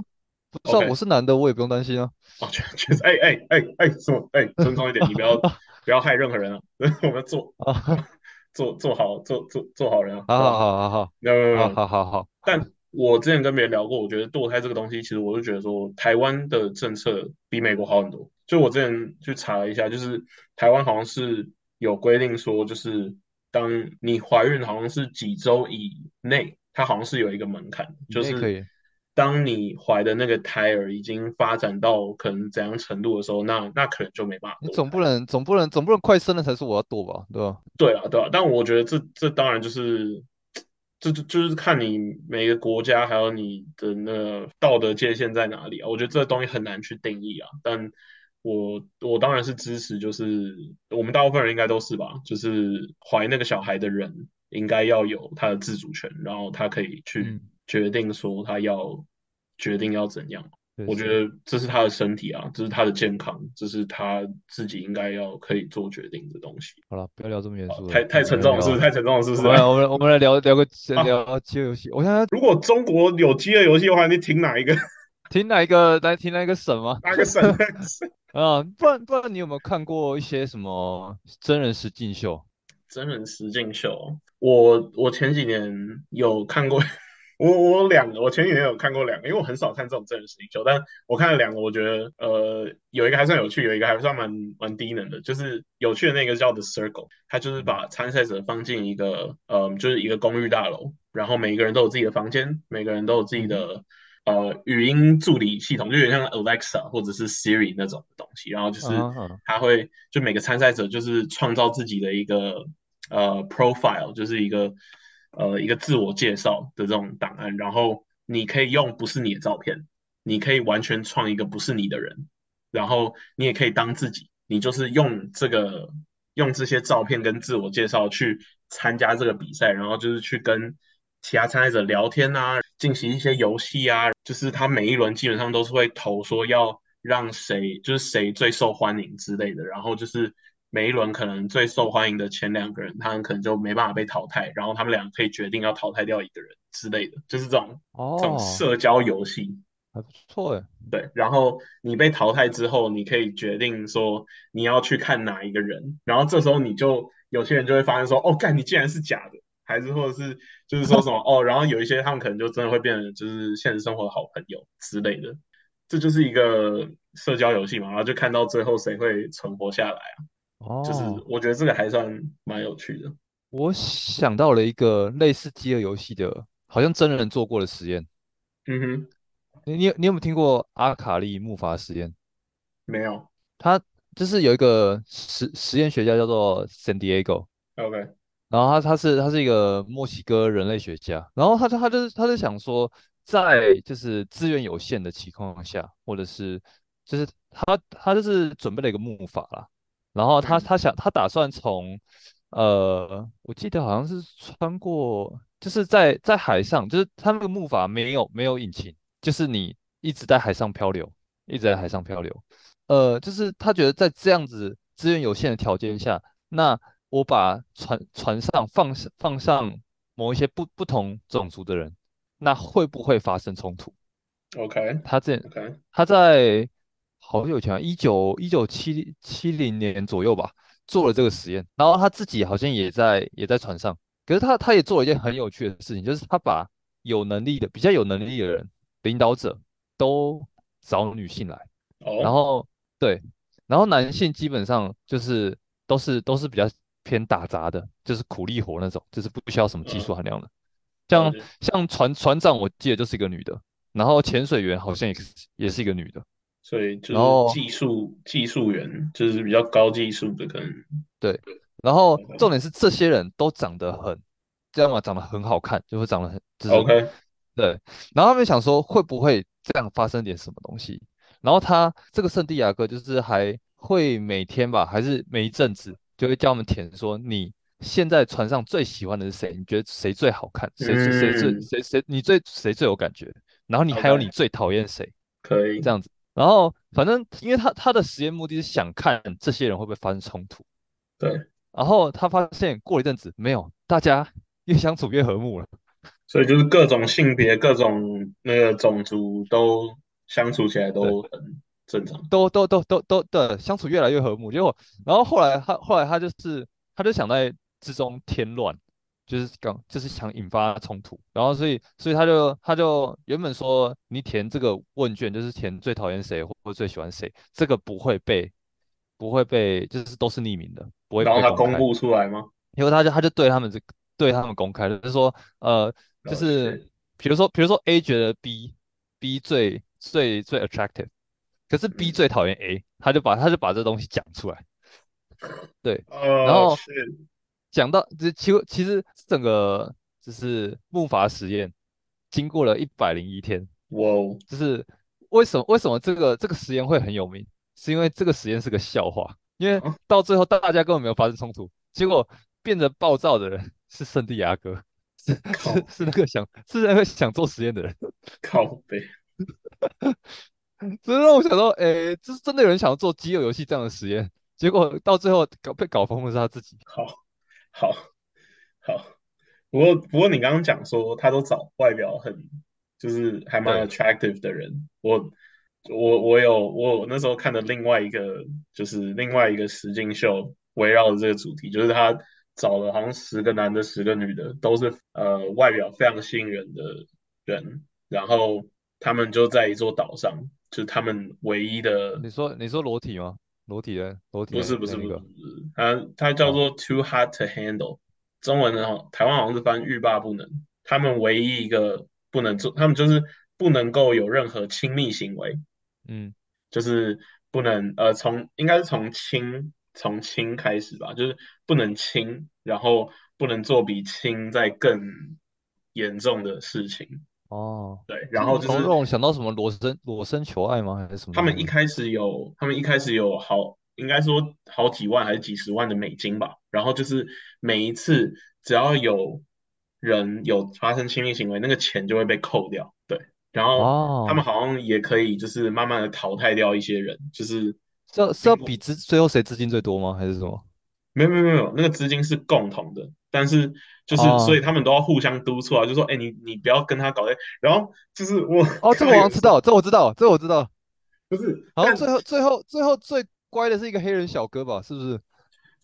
[SPEAKER 2] 不是啊
[SPEAKER 1] OK
[SPEAKER 2] 我是男的，我也不用担心啊。
[SPEAKER 1] 哦，确确实，哎哎哎哎，什么？哎，尊重一点，你不 要不要害任何人啊！ 我们做
[SPEAKER 2] 啊，好
[SPEAKER 1] 做做好做做做好人啊！
[SPEAKER 2] 好
[SPEAKER 1] 好吧，
[SPEAKER 2] 好好好
[SPEAKER 1] 没有没有没有
[SPEAKER 2] 好好好好，
[SPEAKER 1] 但我之前跟别人聊过，我觉得堕胎这个东西，其实我就觉得说，台湾的政策比美国好很多。就我之前去查了一下，就是台湾好像是有规定说，就是当你怀孕好像是几周以内，它好像是有一个门槛，就
[SPEAKER 2] 以内
[SPEAKER 1] 是
[SPEAKER 2] 可以
[SPEAKER 1] 当你怀的那个胎儿已经发展到可能怎样程度的时候，那那可能就没办法
[SPEAKER 2] 你
[SPEAKER 1] 堕
[SPEAKER 2] 总
[SPEAKER 1] 胎
[SPEAKER 2] 不能总不能总不能快生了才说我要剁吧，对吧？
[SPEAKER 1] 对啊，对啊，但我觉得这这当然就是，这这就是看你每个国家还有你的那个道德界限在哪里啊。我觉得这东西很难去定义啊。但我我当然是支持，就是我们大部分人应该都是吧，就是怀那个小孩的人应该要有他的自主权，然后他可以去
[SPEAKER 2] 嗯，
[SPEAKER 1] 决定说他要决定要怎样。
[SPEAKER 2] 确
[SPEAKER 1] 我觉
[SPEAKER 2] 实
[SPEAKER 1] 得这是他的身体啊，这是他的健康，这是他自己应该要可以做决定的东西。
[SPEAKER 2] 好了，不要聊这么严肃了，
[SPEAKER 1] 太太
[SPEAKER 2] 我
[SPEAKER 1] 沉
[SPEAKER 2] 们
[SPEAKER 1] 重
[SPEAKER 2] 来
[SPEAKER 1] 了，是不
[SPEAKER 2] 聊，
[SPEAKER 1] 是？太沉重了，是不
[SPEAKER 2] 我
[SPEAKER 1] 是
[SPEAKER 2] 们？来我们来我们来聊聊个
[SPEAKER 1] 啊
[SPEAKER 2] 聊饥饿游戏。我想 想
[SPEAKER 1] 如果中国有饥饿游戏的话，你挺哪一个？
[SPEAKER 2] 听哪一个来听哪一个省吗？
[SPEAKER 1] 哪个省？
[SPEAKER 2] 啊，不然不然你有没有看过一些什么真人实境秀？
[SPEAKER 1] 真人实境秀，我我前几年有看过， 我我有两个，我前几年有看过两个，因为我很少看这种真人实境秀，但我看了两个，我觉得呃，有一个还算有趣，有一个还算蛮蛮低能的，就是有趣的那个叫 The Circle，它就是把参赛者放进一个呃，就是一个公寓大楼，然后每一个人都有自己的房间，每个人都有自己
[SPEAKER 2] 嗯哼
[SPEAKER 1] 的。呃，语音助理系统就有点像 Alexa 或者是 Siri 那种东西，然后就是
[SPEAKER 2] 啊哈，
[SPEAKER 1] 他会就每个参赛者就是创造自己的一个呃 profile，就是一个呃一个自我介绍的这种档案，然后你可以用不是你的照片，你可以完全创一个不是你的人，然后你也可以当自己，你就是用这个用这些照片跟自我介绍去参加这个比赛，然后就是去跟其他参赛者聊天啊，进行一些游戏啊，就是他每一轮基本上都是会投说要让谁，就是谁最受欢迎之类的，然后就是每一轮可能最受欢迎的前两个人，他们可能就没办法被淘汰，然后他们俩可以决定要淘汰掉一个人之类的，就是这种这种
[SPEAKER 2] 哦，
[SPEAKER 1] 社交游戏。
[SPEAKER 2] 还不错哎，
[SPEAKER 1] 对，然后你被淘汰之后，你可以决定说你要去看哪一个人，然后这时候你就有些人就会发现说，哦，干，你竟然是假的，还是或者是就是说什 么哦，然后有一些他们可能就真的会变成就是现实生活的好朋友之类的，这就是一个社交游戏嘛，然后就看到最后谁会存活下来啊，就是
[SPEAKER 2] 哦，
[SPEAKER 1] 我觉得这个还算蛮有趣的。
[SPEAKER 2] 我想到了一个类似饥饿游戏的，好像真人做过的实验。
[SPEAKER 1] 嗯哼，
[SPEAKER 2] 你你有你有没有听过阿卡丽木筏实验？
[SPEAKER 1] 没有
[SPEAKER 2] 他就是有一个实实验学家叫做 San Diego，
[SPEAKER 1] ，OK，
[SPEAKER 2] 然后他他是他是一个墨西哥人类学家，然后他就他就是他就想说，在就是资源有限的情况下，或者是就是他他就是准备了一个木筏啦，然后他
[SPEAKER 1] 嗯
[SPEAKER 2] 他想他打算从呃，我记得好像是穿过，就是在在海上，就是他那个木筏没有没有引擎，就是你一直在海上漂流，一直在海上漂流，呃，就是他觉得在这样子资源有限的条件下。那我把船船上放上放上某一些不不同种族的人，那会不会发生冲突？
[SPEAKER 1] ，OK，OK，
[SPEAKER 2] 他这他在好久以前啊，一九一九七七零年左右吧，做了这个实验，然后他自己好像也在也在船上，可是他他也做了一件很有趣的事情，就是他把有能力的比较有能力的人领导者都找女性来。然
[SPEAKER 1] 哦，
[SPEAKER 2] 后对，然后男性基本上就是都是都是比较偏打杂的，就是苦力活那种，就是不需要什么技术
[SPEAKER 1] 嗯，哦
[SPEAKER 2] 含量的。
[SPEAKER 1] 了
[SPEAKER 2] 像
[SPEAKER 1] 解，
[SPEAKER 2] 像船船长，我记得就是一个女的，然后潜水员好像也是也是一个女的，
[SPEAKER 1] 所以就
[SPEAKER 2] 然
[SPEAKER 1] 是
[SPEAKER 2] 后
[SPEAKER 1] 技术技术员，就是比较高技术的可能。
[SPEAKER 2] 对，然后
[SPEAKER 1] OK
[SPEAKER 2] 重点是这些人都长得很，知道吗？长得很好看，就会长得很就是
[SPEAKER 1] OK，
[SPEAKER 2] 对，然后他们想说会不会这样发生点什么东西？然后他这个圣地亚哥就是还会每天吧，还是每一阵子就会叫他们填说你现在船上最喜欢的是谁？你觉得谁最好看？谁最谁最
[SPEAKER 1] 嗯
[SPEAKER 2] 谁谁你最谁最有感觉？然后你还有你
[SPEAKER 1] ，OK，
[SPEAKER 2] 最讨厌谁？
[SPEAKER 1] 可以，
[SPEAKER 2] 这样子。然后反正因为他他的实验目的是想看这些人会不会发生冲突，
[SPEAKER 1] 对，
[SPEAKER 2] 然后他发现过了一阵子，没有，大家越相处越和睦了。
[SPEAKER 1] 所以就是各种性别、各种那个种族都相处起来都很正常。
[SPEAKER 2] 都都都都都对，相处越来越和睦。结果，然后后来他后来他就是他就想在之中添乱，就是刚就是想引发冲突。然后所以所以他就他就原本说你填这个问卷就是填最讨厌谁或者最喜欢谁，这个不会被不会被就是都是匿名的，不会
[SPEAKER 1] 然后
[SPEAKER 2] 被
[SPEAKER 1] 他公
[SPEAKER 2] 开。
[SPEAKER 1] 布出来吗？
[SPEAKER 2] 然后他就他就对他们这个对他们公开了，就是说呃就
[SPEAKER 1] 了
[SPEAKER 2] 是
[SPEAKER 1] 解
[SPEAKER 2] 比如说比如说 A 觉得 B B 最最最 attractive，可是 B
[SPEAKER 1] 嗯
[SPEAKER 2] 最讨厌 A，他就把他就把这东西讲出来，对，然
[SPEAKER 1] 哦，
[SPEAKER 2] 后
[SPEAKER 1] 是，
[SPEAKER 2] 讲到这其实其实整个就是木筏实验经过了一百零一天，
[SPEAKER 1] 哇哦，
[SPEAKER 2] 就是为什么为什么这个这个实验会很有名，是因为这个实验是个笑话，因为
[SPEAKER 1] 啊
[SPEAKER 2] 到最后大家根本没有发生冲突，结果变得暴躁的人是圣地亚哥，是是
[SPEAKER 1] 靠
[SPEAKER 2] 是那个想是那个想做实验的人，
[SPEAKER 1] 靠背，
[SPEAKER 2] 所以让我想到，诶，这是真的有人想要做饥饿游戏这样的实验，结果到最后搞被搞疯的是他自己。
[SPEAKER 1] 好，好，好。不过，不过你刚刚讲说他都找外表很，就是还蛮
[SPEAKER 2] 对，
[SPEAKER 1] attractive 的人。我，我，我有，我有那时候看的另外一个，就是另外一个实境秀，围绕着这个主题，就是他找了好像十个男的，十个女的，都是呃外表非常吸引人的人，然后他们就在一座岛上，就是他们唯一的。
[SPEAKER 2] 你说你说裸体吗？裸体的裸体
[SPEAKER 1] 不
[SPEAKER 2] 的
[SPEAKER 1] 是不
[SPEAKER 2] 的
[SPEAKER 1] 是
[SPEAKER 2] 那
[SPEAKER 1] 不是
[SPEAKER 2] 个
[SPEAKER 1] 不是，它它叫
[SPEAKER 2] 哦，
[SPEAKER 1] 做 Too Hard to Handle，中文的话，台湾好像是翻欲罢不能。他们唯一一个不能做，他们就是不能够有任何亲密行为，
[SPEAKER 2] 嗯
[SPEAKER 1] 就是不能呃从应该是从亲从亲开始吧，就是不能亲，然后不能做比亲再更严重的事情。
[SPEAKER 2] 哦，
[SPEAKER 1] 对，然
[SPEAKER 2] 这
[SPEAKER 1] 后
[SPEAKER 2] 种
[SPEAKER 1] 就
[SPEAKER 2] 好像
[SPEAKER 1] 是
[SPEAKER 2] 让我想到什么裸身裸身求爱吗？还是什么
[SPEAKER 1] 他
[SPEAKER 2] 东
[SPEAKER 1] 们一
[SPEAKER 2] 西？
[SPEAKER 1] 开始有，他们一开始有好，应该说好几万还是几十万的美金吧。然后就是每一次只要有人有发生亲密行为，那个钱就会被扣掉。对，然后他们
[SPEAKER 2] 哦，
[SPEAKER 1] 好像也可以就是慢慢的淘汰掉一些人，就是
[SPEAKER 2] 是要是
[SPEAKER 1] 经
[SPEAKER 2] 要
[SPEAKER 1] 过
[SPEAKER 2] 比资最后谁资金最多吗？还是什么？
[SPEAKER 1] 没有没有没有，那个资金是共同的，但是就是所以
[SPEAKER 2] 哦
[SPEAKER 1] 他们都要互相督促啊，就说哎、你你不要跟他搞对。然后就是我
[SPEAKER 2] 哦，
[SPEAKER 1] 看到
[SPEAKER 2] 这个我好
[SPEAKER 1] 有
[SPEAKER 2] 像
[SPEAKER 1] 人
[SPEAKER 2] 知
[SPEAKER 1] 说
[SPEAKER 2] 道，这我知道，这我知道。
[SPEAKER 1] 不是，
[SPEAKER 2] 好
[SPEAKER 1] 但
[SPEAKER 2] 像最后最后最后最乖的是一个黑人小哥吧？是不是？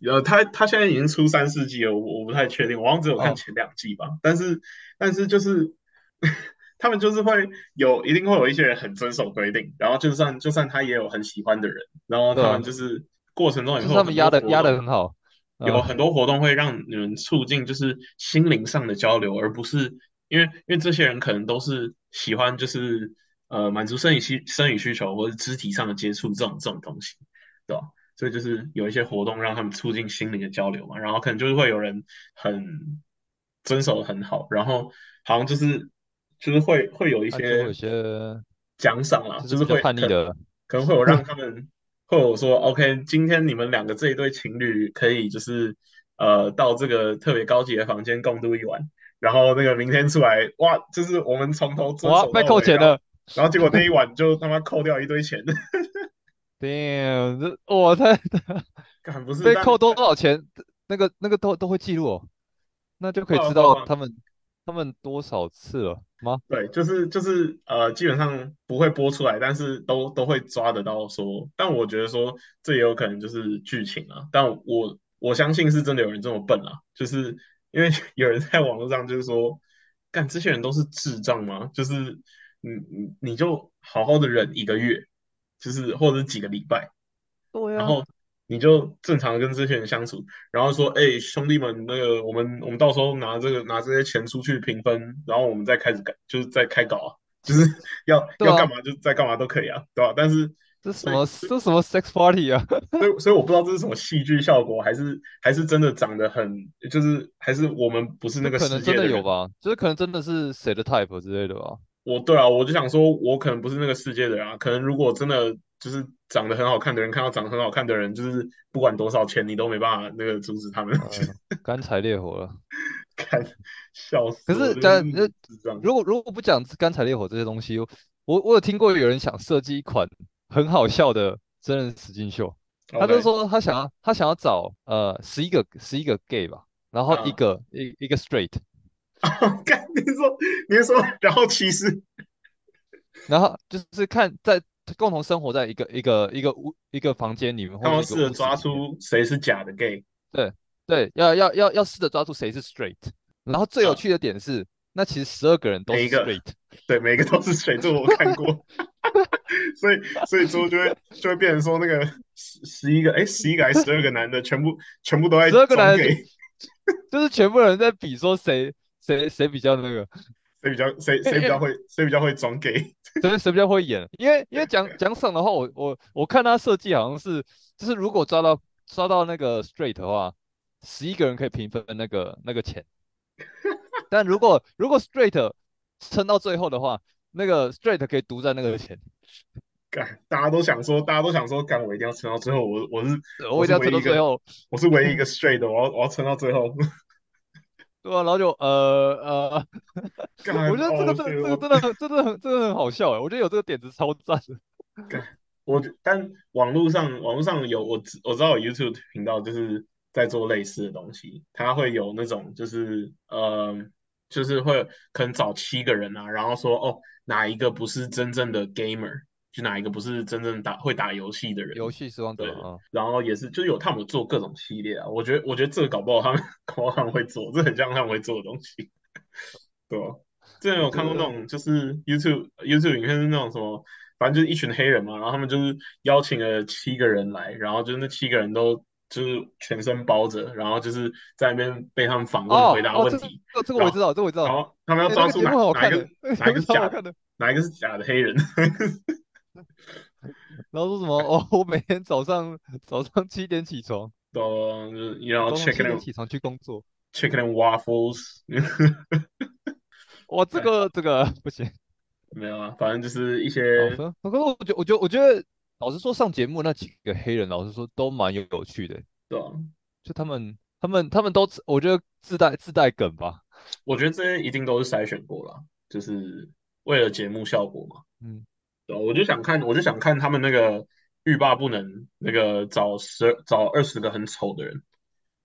[SPEAKER 1] 呃，他他现在已经出三四季了，我我不太确定，我好像只有看
[SPEAKER 2] 哦
[SPEAKER 1] 前两季吧。但是但是就是 他们就是会有一定会有一些人很遵守规定，然后就算就算他也有很喜欢的人，然后
[SPEAKER 2] 对
[SPEAKER 1] 他们
[SPEAKER 2] 啊，
[SPEAKER 1] 就是过程中也
[SPEAKER 2] 就
[SPEAKER 1] 会有
[SPEAKER 2] 是他
[SPEAKER 1] 很
[SPEAKER 2] 们
[SPEAKER 1] 多
[SPEAKER 2] 压的
[SPEAKER 1] 活
[SPEAKER 2] 压的
[SPEAKER 1] 动，
[SPEAKER 2] 很好
[SPEAKER 1] 有
[SPEAKER 2] 啊，
[SPEAKER 1] 很多活动会让你们促进就是心灵上的交流，而不是因为因为这些人可能都是喜欢就是呃满足生理需生理需求或者肢体上的接触这种这种东西，对吧？所以就是有一些活动让他们促进心灵的交流嘛，然后可能就是会有人很遵守得很好，然后好像就是就是会会有一
[SPEAKER 2] 那就会
[SPEAKER 1] 些
[SPEAKER 2] 有些
[SPEAKER 1] 奖赏啦，
[SPEAKER 2] 就是
[SPEAKER 1] 啊就是
[SPEAKER 2] 比较
[SPEAKER 1] 会
[SPEAKER 2] 叛逆
[SPEAKER 1] 可
[SPEAKER 2] 的，
[SPEAKER 1] 可能会有让他们会有说，OK，今天你们两个这一对情侣可以就是呃到这个特别高级的房间共度一晚，然后那个明天出来，哇，就是我们从头遵
[SPEAKER 2] 哇，
[SPEAKER 1] 守
[SPEAKER 2] 被
[SPEAKER 1] 到
[SPEAKER 2] 扣
[SPEAKER 1] 尾，
[SPEAKER 2] 钱
[SPEAKER 1] 然后
[SPEAKER 2] 了
[SPEAKER 1] 然后结果那一晚就他妈扣掉一堆钱，
[SPEAKER 2] ，damn，这我太
[SPEAKER 1] 干不是？
[SPEAKER 2] 被
[SPEAKER 1] 但
[SPEAKER 2] 扣多少钱？那个那个都都会记录哦，那就
[SPEAKER 1] 会
[SPEAKER 2] 可以
[SPEAKER 1] 啊
[SPEAKER 2] 知
[SPEAKER 1] 会
[SPEAKER 2] 道
[SPEAKER 1] 啊。
[SPEAKER 2] 他们他们多少次了吗？
[SPEAKER 1] 对，就是就是呃，基本上不会播出来，但是都都会抓得到说。但我觉得说这也有可能就是剧情啊，但我我相信是真的有人这么笨啊，就是因为 有人在网络上就是说，干这些人都是智障吗？就是你你你就好好的忍一个月，就是或者是几个礼拜，
[SPEAKER 2] 对啊
[SPEAKER 1] 然
[SPEAKER 2] 呀，
[SPEAKER 1] 后你就正常地跟这些人相处，然后说，哎，兄弟们，那个我们我们到时候拿这个拿这些钱出去平分，然后我们再开始干，就是再开搞啊，就是 要
[SPEAKER 2] 对
[SPEAKER 1] 要干
[SPEAKER 2] 啊，
[SPEAKER 1] 嘛就再干嘛都可以啊，对吧？但 是
[SPEAKER 2] 这什
[SPEAKER 1] 所以
[SPEAKER 2] 么这什么 sex party 啊？
[SPEAKER 1] 所以所以我不知道这是什么戏剧效果，还是还是真的长得很，就是还是我们不是那
[SPEAKER 2] 这
[SPEAKER 1] 个
[SPEAKER 2] 可能
[SPEAKER 1] 世
[SPEAKER 2] 真
[SPEAKER 1] 界
[SPEAKER 2] 的
[SPEAKER 1] 的
[SPEAKER 2] 有
[SPEAKER 1] 人。
[SPEAKER 2] 吧，就是可能真的是谁的 type 之类的 吧。
[SPEAKER 1] 我对啊，我就想说，我可能不是那个世界的人啊。可能如果真的就是长得很好看的人，看到长得很好看的人，就是不管多少钱，你都没办法那个阻止他们。
[SPEAKER 2] 哎呦，干柴烈火了。
[SPEAKER 1] 看，笑死
[SPEAKER 2] 可
[SPEAKER 1] 我！
[SPEAKER 2] 是，啊
[SPEAKER 1] 这个
[SPEAKER 2] 但
[SPEAKER 1] 是
[SPEAKER 2] 那
[SPEAKER 1] 智障。
[SPEAKER 2] 如果如果不讲干柴烈火这些东西，我我有听过有人想设计一款很好笑的真人实境秀，他就
[SPEAKER 1] OK
[SPEAKER 2] 说他想要他想要找呃十一个十一个 gay 吧，然后一
[SPEAKER 1] 嗯
[SPEAKER 2] 个一一个 straight，
[SPEAKER 1] 干，你说你说，然后其实
[SPEAKER 2] 然后就是看在共同生活在一个一个一个屋一个房间里面，或
[SPEAKER 1] 他们
[SPEAKER 2] 者一
[SPEAKER 1] 试
[SPEAKER 2] 个
[SPEAKER 1] 着
[SPEAKER 2] 屋子
[SPEAKER 1] 抓
[SPEAKER 2] 里面
[SPEAKER 1] 出谁是假的 gay，
[SPEAKER 2] 对，要要要要试着抓住谁是 straight。然后最有
[SPEAKER 1] 嗯
[SPEAKER 2] 趣的点是，那其实十二个人都
[SPEAKER 1] 每
[SPEAKER 2] 是
[SPEAKER 1] 一个
[SPEAKER 2] straight，
[SPEAKER 1] 对，每个都是水，这我看 过，所以所以之后就会就会变成说那个十十一个，哎，十一个还是十二个男的，全部全部都在
[SPEAKER 2] 12个
[SPEAKER 1] 装
[SPEAKER 2] 男的
[SPEAKER 1] gay，
[SPEAKER 2] 就是全部人在比说谁谁谁比较那个，
[SPEAKER 1] 谁比较谁谁比较会谁比较会装 gay，
[SPEAKER 2] 谁谁比较会 演。因为因为奖奖赏的话，我我我看他设计好像是，就是如果抓到抓到那个 straight 的话，十一个人可以平分那个那 个钱。但如果如果 straight 撑到最后的话，那个 straight 可以独占那个钱。
[SPEAKER 1] 干，大家都想说，大家都想说，干，我一定要撑到最后，我我是
[SPEAKER 2] 我
[SPEAKER 1] 我
[SPEAKER 2] 一定
[SPEAKER 1] 是
[SPEAKER 2] 要
[SPEAKER 1] 唯一一
[SPEAKER 2] 撑到
[SPEAKER 1] 个
[SPEAKER 2] 最后，
[SPEAKER 1] 我是唯一一个 straight 的，我要我要撑到最后，
[SPEAKER 2] 对啊，然后就呃呃，
[SPEAKER 1] 干，
[SPEAKER 2] 我觉得这
[SPEAKER 1] 哦
[SPEAKER 2] 个真
[SPEAKER 1] 对
[SPEAKER 2] 的、
[SPEAKER 1] 我
[SPEAKER 2] 这个真的很真的很真的很好笑哎，我觉得有这个点子超赞的。
[SPEAKER 1] 我觉但网络上网络上有我知我知道有 YouTube 频道就是在做类似的东西，它会有那种就是呃就是会可能找七个人啊，然后说哦哪一个不是真正的 gamer，就哪一个不是真正打会打游戏的人，
[SPEAKER 2] 游戏失望者
[SPEAKER 1] 对
[SPEAKER 2] 啊，
[SPEAKER 1] 然后也是就是有他们有做各种系列啊，我觉得我觉得这个搞不好他们 搞不好他们会做，这很像他们会做的东西，对吧？之前有看过那种，就是 YouTube YouTube 影片是那种什么，反正就是一群黑人嘛，然后他们就是邀请了七个人来，然后就是那七个人都就是全身包着，然后就是在那边被他们访问
[SPEAKER 2] 哦
[SPEAKER 1] 回答
[SPEAKER 2] 哦，
[SPEAKER 1] 问
[SPEAKER 2] 这个
[SPEAKER 1] 题，
[SPEAKER 2] 这个我知道，这个我知
[SPEAKER 1] 然
[SPEAKER 2] 道。
[SPEAKER 1] 后他们要
[SPEAKER 2] 哎，
[SPEAKER 1] 抓
[SPEAKER 2] 那个
[SPEAKER 1] 出
[SPEAKER 2] 节
[SPEAKER 1] 哪
[SPEAKER 2] 目很好
[SPEAKER 1] 哪一
[SPEAKER 2] 看
[SPEAKER 1] 个
[SPEAKER 2] 的，
[SPEAKER 1] 哪一个是
[SPEAKER 2] 那个节目超
[SPEAKER 1] 假
[SPEAKER 2] 好
[SPEAKER 1] 的，
[SPEAKER 2] 看的。
[SPEAKER 1] 哪一个是假的黑人，
[SPEAKER 2] 然后说什么哦，我每天早上早上七点起床，
[SPEAKER 1] 都就是然后
[SPEAKER 2] 早上
[SPEAKER 1] chicken
[SPEAKER 2] 七点
[SPEAKER 1] and
[SPEAKER 2] 起床去工作。
[SPEAKER 1] chicken and waffles。
[SPEAKER 2] 哇，这
[SPEAKER 1] 对
[SPEAKER 2] 个这个不行。
[SPEAKER 1] 没有啊，反正就是一
[SPEAKER 2] 好，
[SPEAKER 1] 些
[SPEAKER 2] 可可是我觉我觉我觉得，老实说，上节目那几个黑人，老实说都蛮有有趣的，
[SPEAKER 1] 对啊，
[SPEAKER 2] 就他们他们他们都自我觉得自带自带梗 吧。
[SPEAKER 1] 我觉得这些一定都是筛选过了，就是为了节目效果嘛。
[SPEAKER 2] 嗯，
[SPEAKER 1] 对啊，我就想看，我就想看他们那个欲罢不能，那个找十找二十个很丑的人，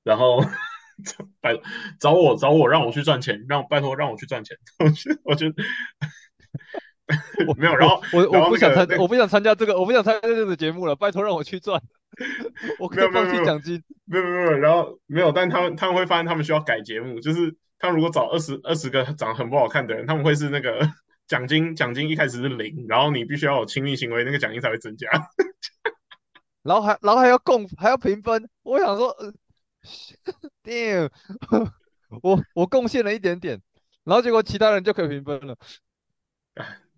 [SPEAKER 1] 然后 拜找我找我让我去赚钱，让拜托让我去赚钱。 我觉得我觉得
[SPEAKER 2] 我
[SPEAKER 1] 没有，
[SPEAKER 2] 我
[SPEAKER 1] 然后
[SPEAKER 2] 我
[SPEAKER 1] 然
[SPEAKER 2] 我
[SPEAKER 1] 后
[SPEAKER 2] 不
[SPEAKER 1] 那
[SPEAKER 2] 想
[SPEAKER 1] 个
[SPEAKER 2] 参
[SPEAKER 1] 那
[SPEAKER 2] 我不想参加这个我不想参加这个节目了，拜托让我去赚， 我
[SPEAKER 1] 没
[SPEAKER 2] 可
[SPEAKER 1] 有
[SPEAKER 2] 以
[SPEAKER 1] 没有
[SPEAKER 2] 放
[SPEAKER 1] 没
[SPEAKER 2] 弃
[SPEAKER 1] 有
[SPEAKER 2] 奖金。
[SPEAKER 1] 没有没有，没有，然后没有，但他们他们会发现他们需要改节目，就是他们如果找二十二十个长得很不好看的人，他们会是那个 奖金奖金一开始是零，然后你必须要有亲密行为，那个奖金才会增加。
[SPEAKER 2] 然后还然后还要共还要平分，我想说，呃 ，damn，我我贡献了一点点，然后结果其他人就可以平分了。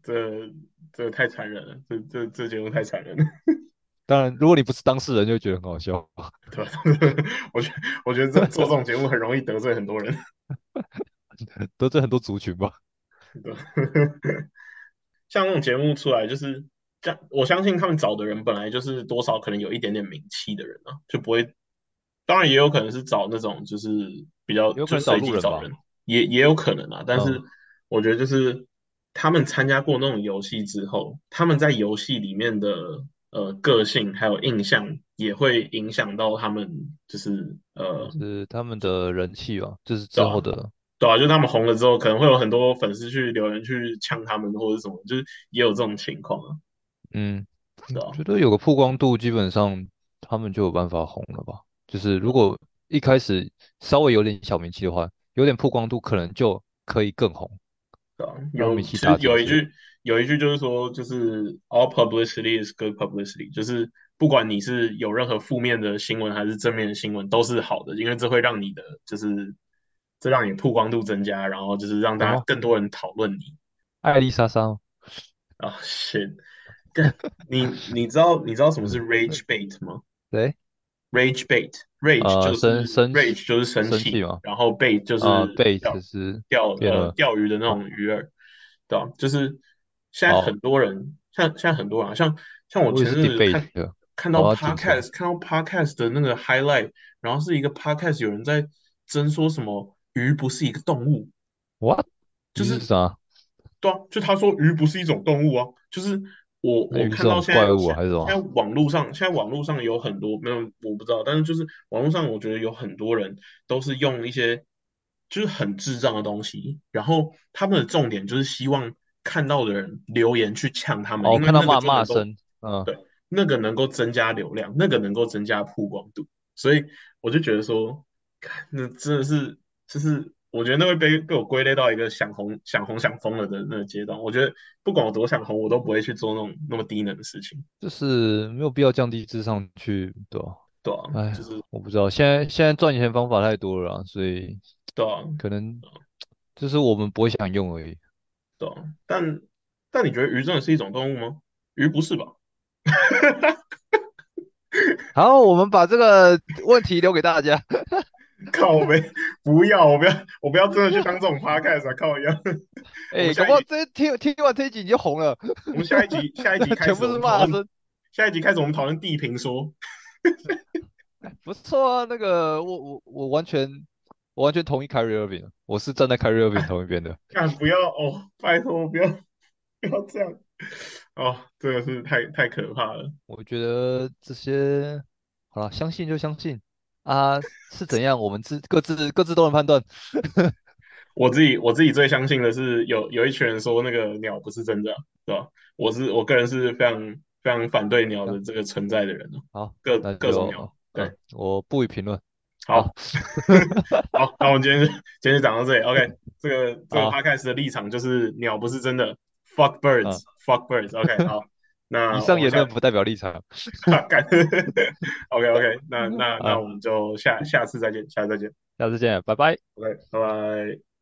[SPEAKER 1] 这这太残忍了，这这这节目太残忍了，
[SPEAKER 2] 当然，如果你不是当事人，就会觉得很好笑。
[SPEAKER 1] 对吧？我觉得我觉得这做这种节目很容易得罪很多人，
[SPEAKER 2] 得罪很多族群吧。
[SPEAKER 1] 对吧？像那种节目出来，就是这样，我相信他们找的人本来就是多少可能有一点点名气的人啊，就不会。当然也有可能是找那种就是比较
[SPEAKER 2] 有可
[SPEAKER 1] 就
[SPEAKER 2] 能找
[SPEAKER 1] 随
[SPEAKER 2] 路
[SPEAKER 1] 机
[SPEAKER 2] 人
[SPEAKER 1] 找
[SPEAKER 2] 吧
[SPEAKER 1] 人，也也有可能啊。但是
[SPEAKER 2] 嗯
[SPEAKER 1] 我觉得就是他们参加过那种游戏之后，他们在游戏里面的呃个性还有印象，也会影响到他们就是呃
[SPEAKER 2] 就是他们的人气吧，就是之
[SPEAKER 1] 对啊
[SPEAKER 2] 后的，
[SPEAKER 1] 对啊，就他们红了之后，可能会有很多粉丝去留言去呛他们或者什么，就是也有这种情况啊，
[SPEAKER 2] 嗯，
[SPEAKER 1] 对啊。
[SPEAKER 2] 觉得有个曝光度，基本上他们就有办法红了吧。就是如果一开始稍微有点小名气的话，有点曝光度，可能就可以更红。
[SPEAKER 1] 对啊，
[SPEAKER 2] 让
[SPEAKER 1] 有
[SPEAKER 2] 米奇
[SPEAKER 1] 其
[SPEAKER 2] 打
[SPEAKER 1] 实有
[SPEAKER 2] 折
[SPEAKER 1] 一
[SPEAKER 2] 之类
[SPEAKER 1] 句有一句就是说，就是 all publicity is good publicity，就是不管你是有任何负面的新闻还是正面的新闻，都是好的，因为这会让你的就是这让你曝光度增加，然后就是让大家
[SPEAKER 2] 哦
[SPEAKER 1] 更多人讨论你
[SPEAKER 2] 艾丽莎莎哦，
[SPEAKER 1] 啊。shit，干你你知道你知道什么是 rage bait 吗
[SPEAKER 2] 谁？
[SPEAKER 1] ？rage bait，rage
[SPEAKER 2] 呃
[SPEAKER 1] 就
[SPEAKER 2] 生
[SPEAKER 1] 是
[SPEAKER 2] 生
[SPEAKER 1] rage 就是生
[SPEAKER 2] 生
[SPEAKER 1] 气
[SPEAKER 2] 气吗
[SPEAKER 1] 然后 bait 就是
[SPEAKER 2] 啊，贝
[SPEAKER 1] 钓
[SPEAKER 2] 只是
[SPEAKER 1] 钓
[SPEAKER 2] 变
[SPEAKER 1] 呃
[SPEAKER 2] 了
[SPEAKER 1] 钓鱼的那种鱼饵，对吧？就是现在
[SPEAKER 2] 哦
[SPEAKER 1] 很多人，像现在很多人啊，像像我
[SPEAKER 2] 我以为
[SPEAKER 1] 前
[SPEAKER 2] 是
[SPEAKER 1] 阵子
[SPEAKER 2] debate
[SPEAKER 1] 看
[SPEAKER 2] 的，
[SPEAKER 1] 看
[SPEAKER 2] 我
[SPEAKER 1] 到
[SPEAKER 2] 要警察
[SPEAKER 1] podcast 看到 podcast 的那个 highlight，然后是一个 podcast 有人在争说什么鱼不是一个动物，
[SPEAKER 2] ，what？
[SPEAKER 1] 就
[SPEAKER 2] 你是
[SPEAKER 1] 是
[SPEAKER 2] 啥？
[SPEAKER 1] 对啊，就他说鱼不是一种动物啊，就是我
[SPEAKER 2] 还
[SPEAKER 1] 我
[SPEAKER 2] 有这
[SPEAKER 1] 看到
[SPEAKER 2] 种
[SPEAKER 1] 现在
[SPEAKER 2] 怪物
[SPEAKER 1] 现
[SPEAKER 2] 啊还是什么
[SPEAKER 1] 现在网络上现在网络上有很多没有我不知道，但是就是网络上我觉得有很多人都是用一些就是很智障的东西，然后他们的重点就是希望看到的人留言去呛他们，
[SPEAKER 2] 哦，我
[SPEAKER 1] 因为
[SPEAKER 2] 看到
[SPEAKER 1] 那个
[SPEAKER 2] 骂
[SPEAKER 1] 就能
[SPEAKER 2] 骂
[SPEAKER 1] 够
[SPEAKER 2] 声，嗯，
[SPEAKER 1] 那个能够增加流量，那个能够增加曝光度，所以我就觉得说，看那真的是，就是我觉得那会被被我归类到一个想红、想红、想疯了的那个阶段。我觉得不管我多想红，我都不会去做那种那么低能的事情，
[SPEAKER 2] 就是没有必要降低智商去，对吧、
[SPEAKER 1] 对啊，
[SPEAKER 2] 哎
[SPEAKER 1] 就是
[SPEAKER 2] 我不知道，现在现在赚钱方法太多了啊，所以
[SPEAKER 1] 对啊，
[SPEAKER 2] 可能就是我们不会想用而已。
[SPEAKER 1] 对啊。但但你觉得鱼真的是一种动物吗？鱼不是吧？
[SPEAKER 2] 好，我们把这个问题留给大家。
[SPEAKER 1] 靠我没不要，我不要，我不要真的去当这种 podcast 啊！靠腰，我
[SPEAKER 2] 哎、
[SPEAKER 1] 们下
[SPEAKER 2] 搞不好
[SPEAKER 1] 一
[SPEAKER 2] 这听听完这一集你就红了，
[SPEAKER 1] 我们下一集下一集开
[SPEAKER 2] 全
[SPEAKER 1] 始
[SPEAKER 2] 部
[SPEAKER 1] 我
[SPEAKER 2] 是
[SPEAKER 1] 们讨
[SPEAKER 2] 骂
[SPEAKER 1] 论，
[SPEAKER 2] 声，
[SPEAKER 1] 下一集开始我们讨论地平说。
[SPEAKER 2] 不错啊。那个我我我完全我完全同意凯瑞尔饼，我是站在凯瑞尔饼同一边的。
[SPEAKER 1] 干不要哦，拜托不要 不要这样哦，这个是太太可怕了。
[SPEAKER 2] 我觉得这些好了，相信就相信啊，是怎样我们自各自各自都能判断。
[SPEAKER 1] 我自己我自己最相信的是有有一群人说那个鸟不是真的啊，对吧？我是我个人是非常非常反对鸟的这个存在的人哦，
[SPEAKER 2] 好，
[SPEAKER 1] 各
[SPEAKER 2] 那
[SPEAKER 1] 各种
[SPEAKER 2] 就
[SPEAKER 1] 鸟。
[SPEAKER 2] 嗯
[SPEAKER 1] 对
[SPEAKER 2] 我不予评论。
[SPEAKER 1] 好，好，那我们今天就今天就讲到这里。OK，这 个这个
[SPEAKER 2] 好
[SPEAKER 1] podcast 的立场就是鸟不是真的，fuck birds，fuck birds。OK，好， 那
[SPEAKER 2] 以上
[SPEAKER 1] 我们
[SPEAKER 2] 言
[SPEAKER 1] 下
[SPEAKER 2] 论不代表立场。
[SPEAKER 1] 哈干，OK OK，那那那
[SPEAKER 2] 好
[SPEAKER 1] 我们就下下次再见，下次再见。
[SPEAKER 2] 下次见，拜拜。
[SPEAKER 1] OK，拜拜。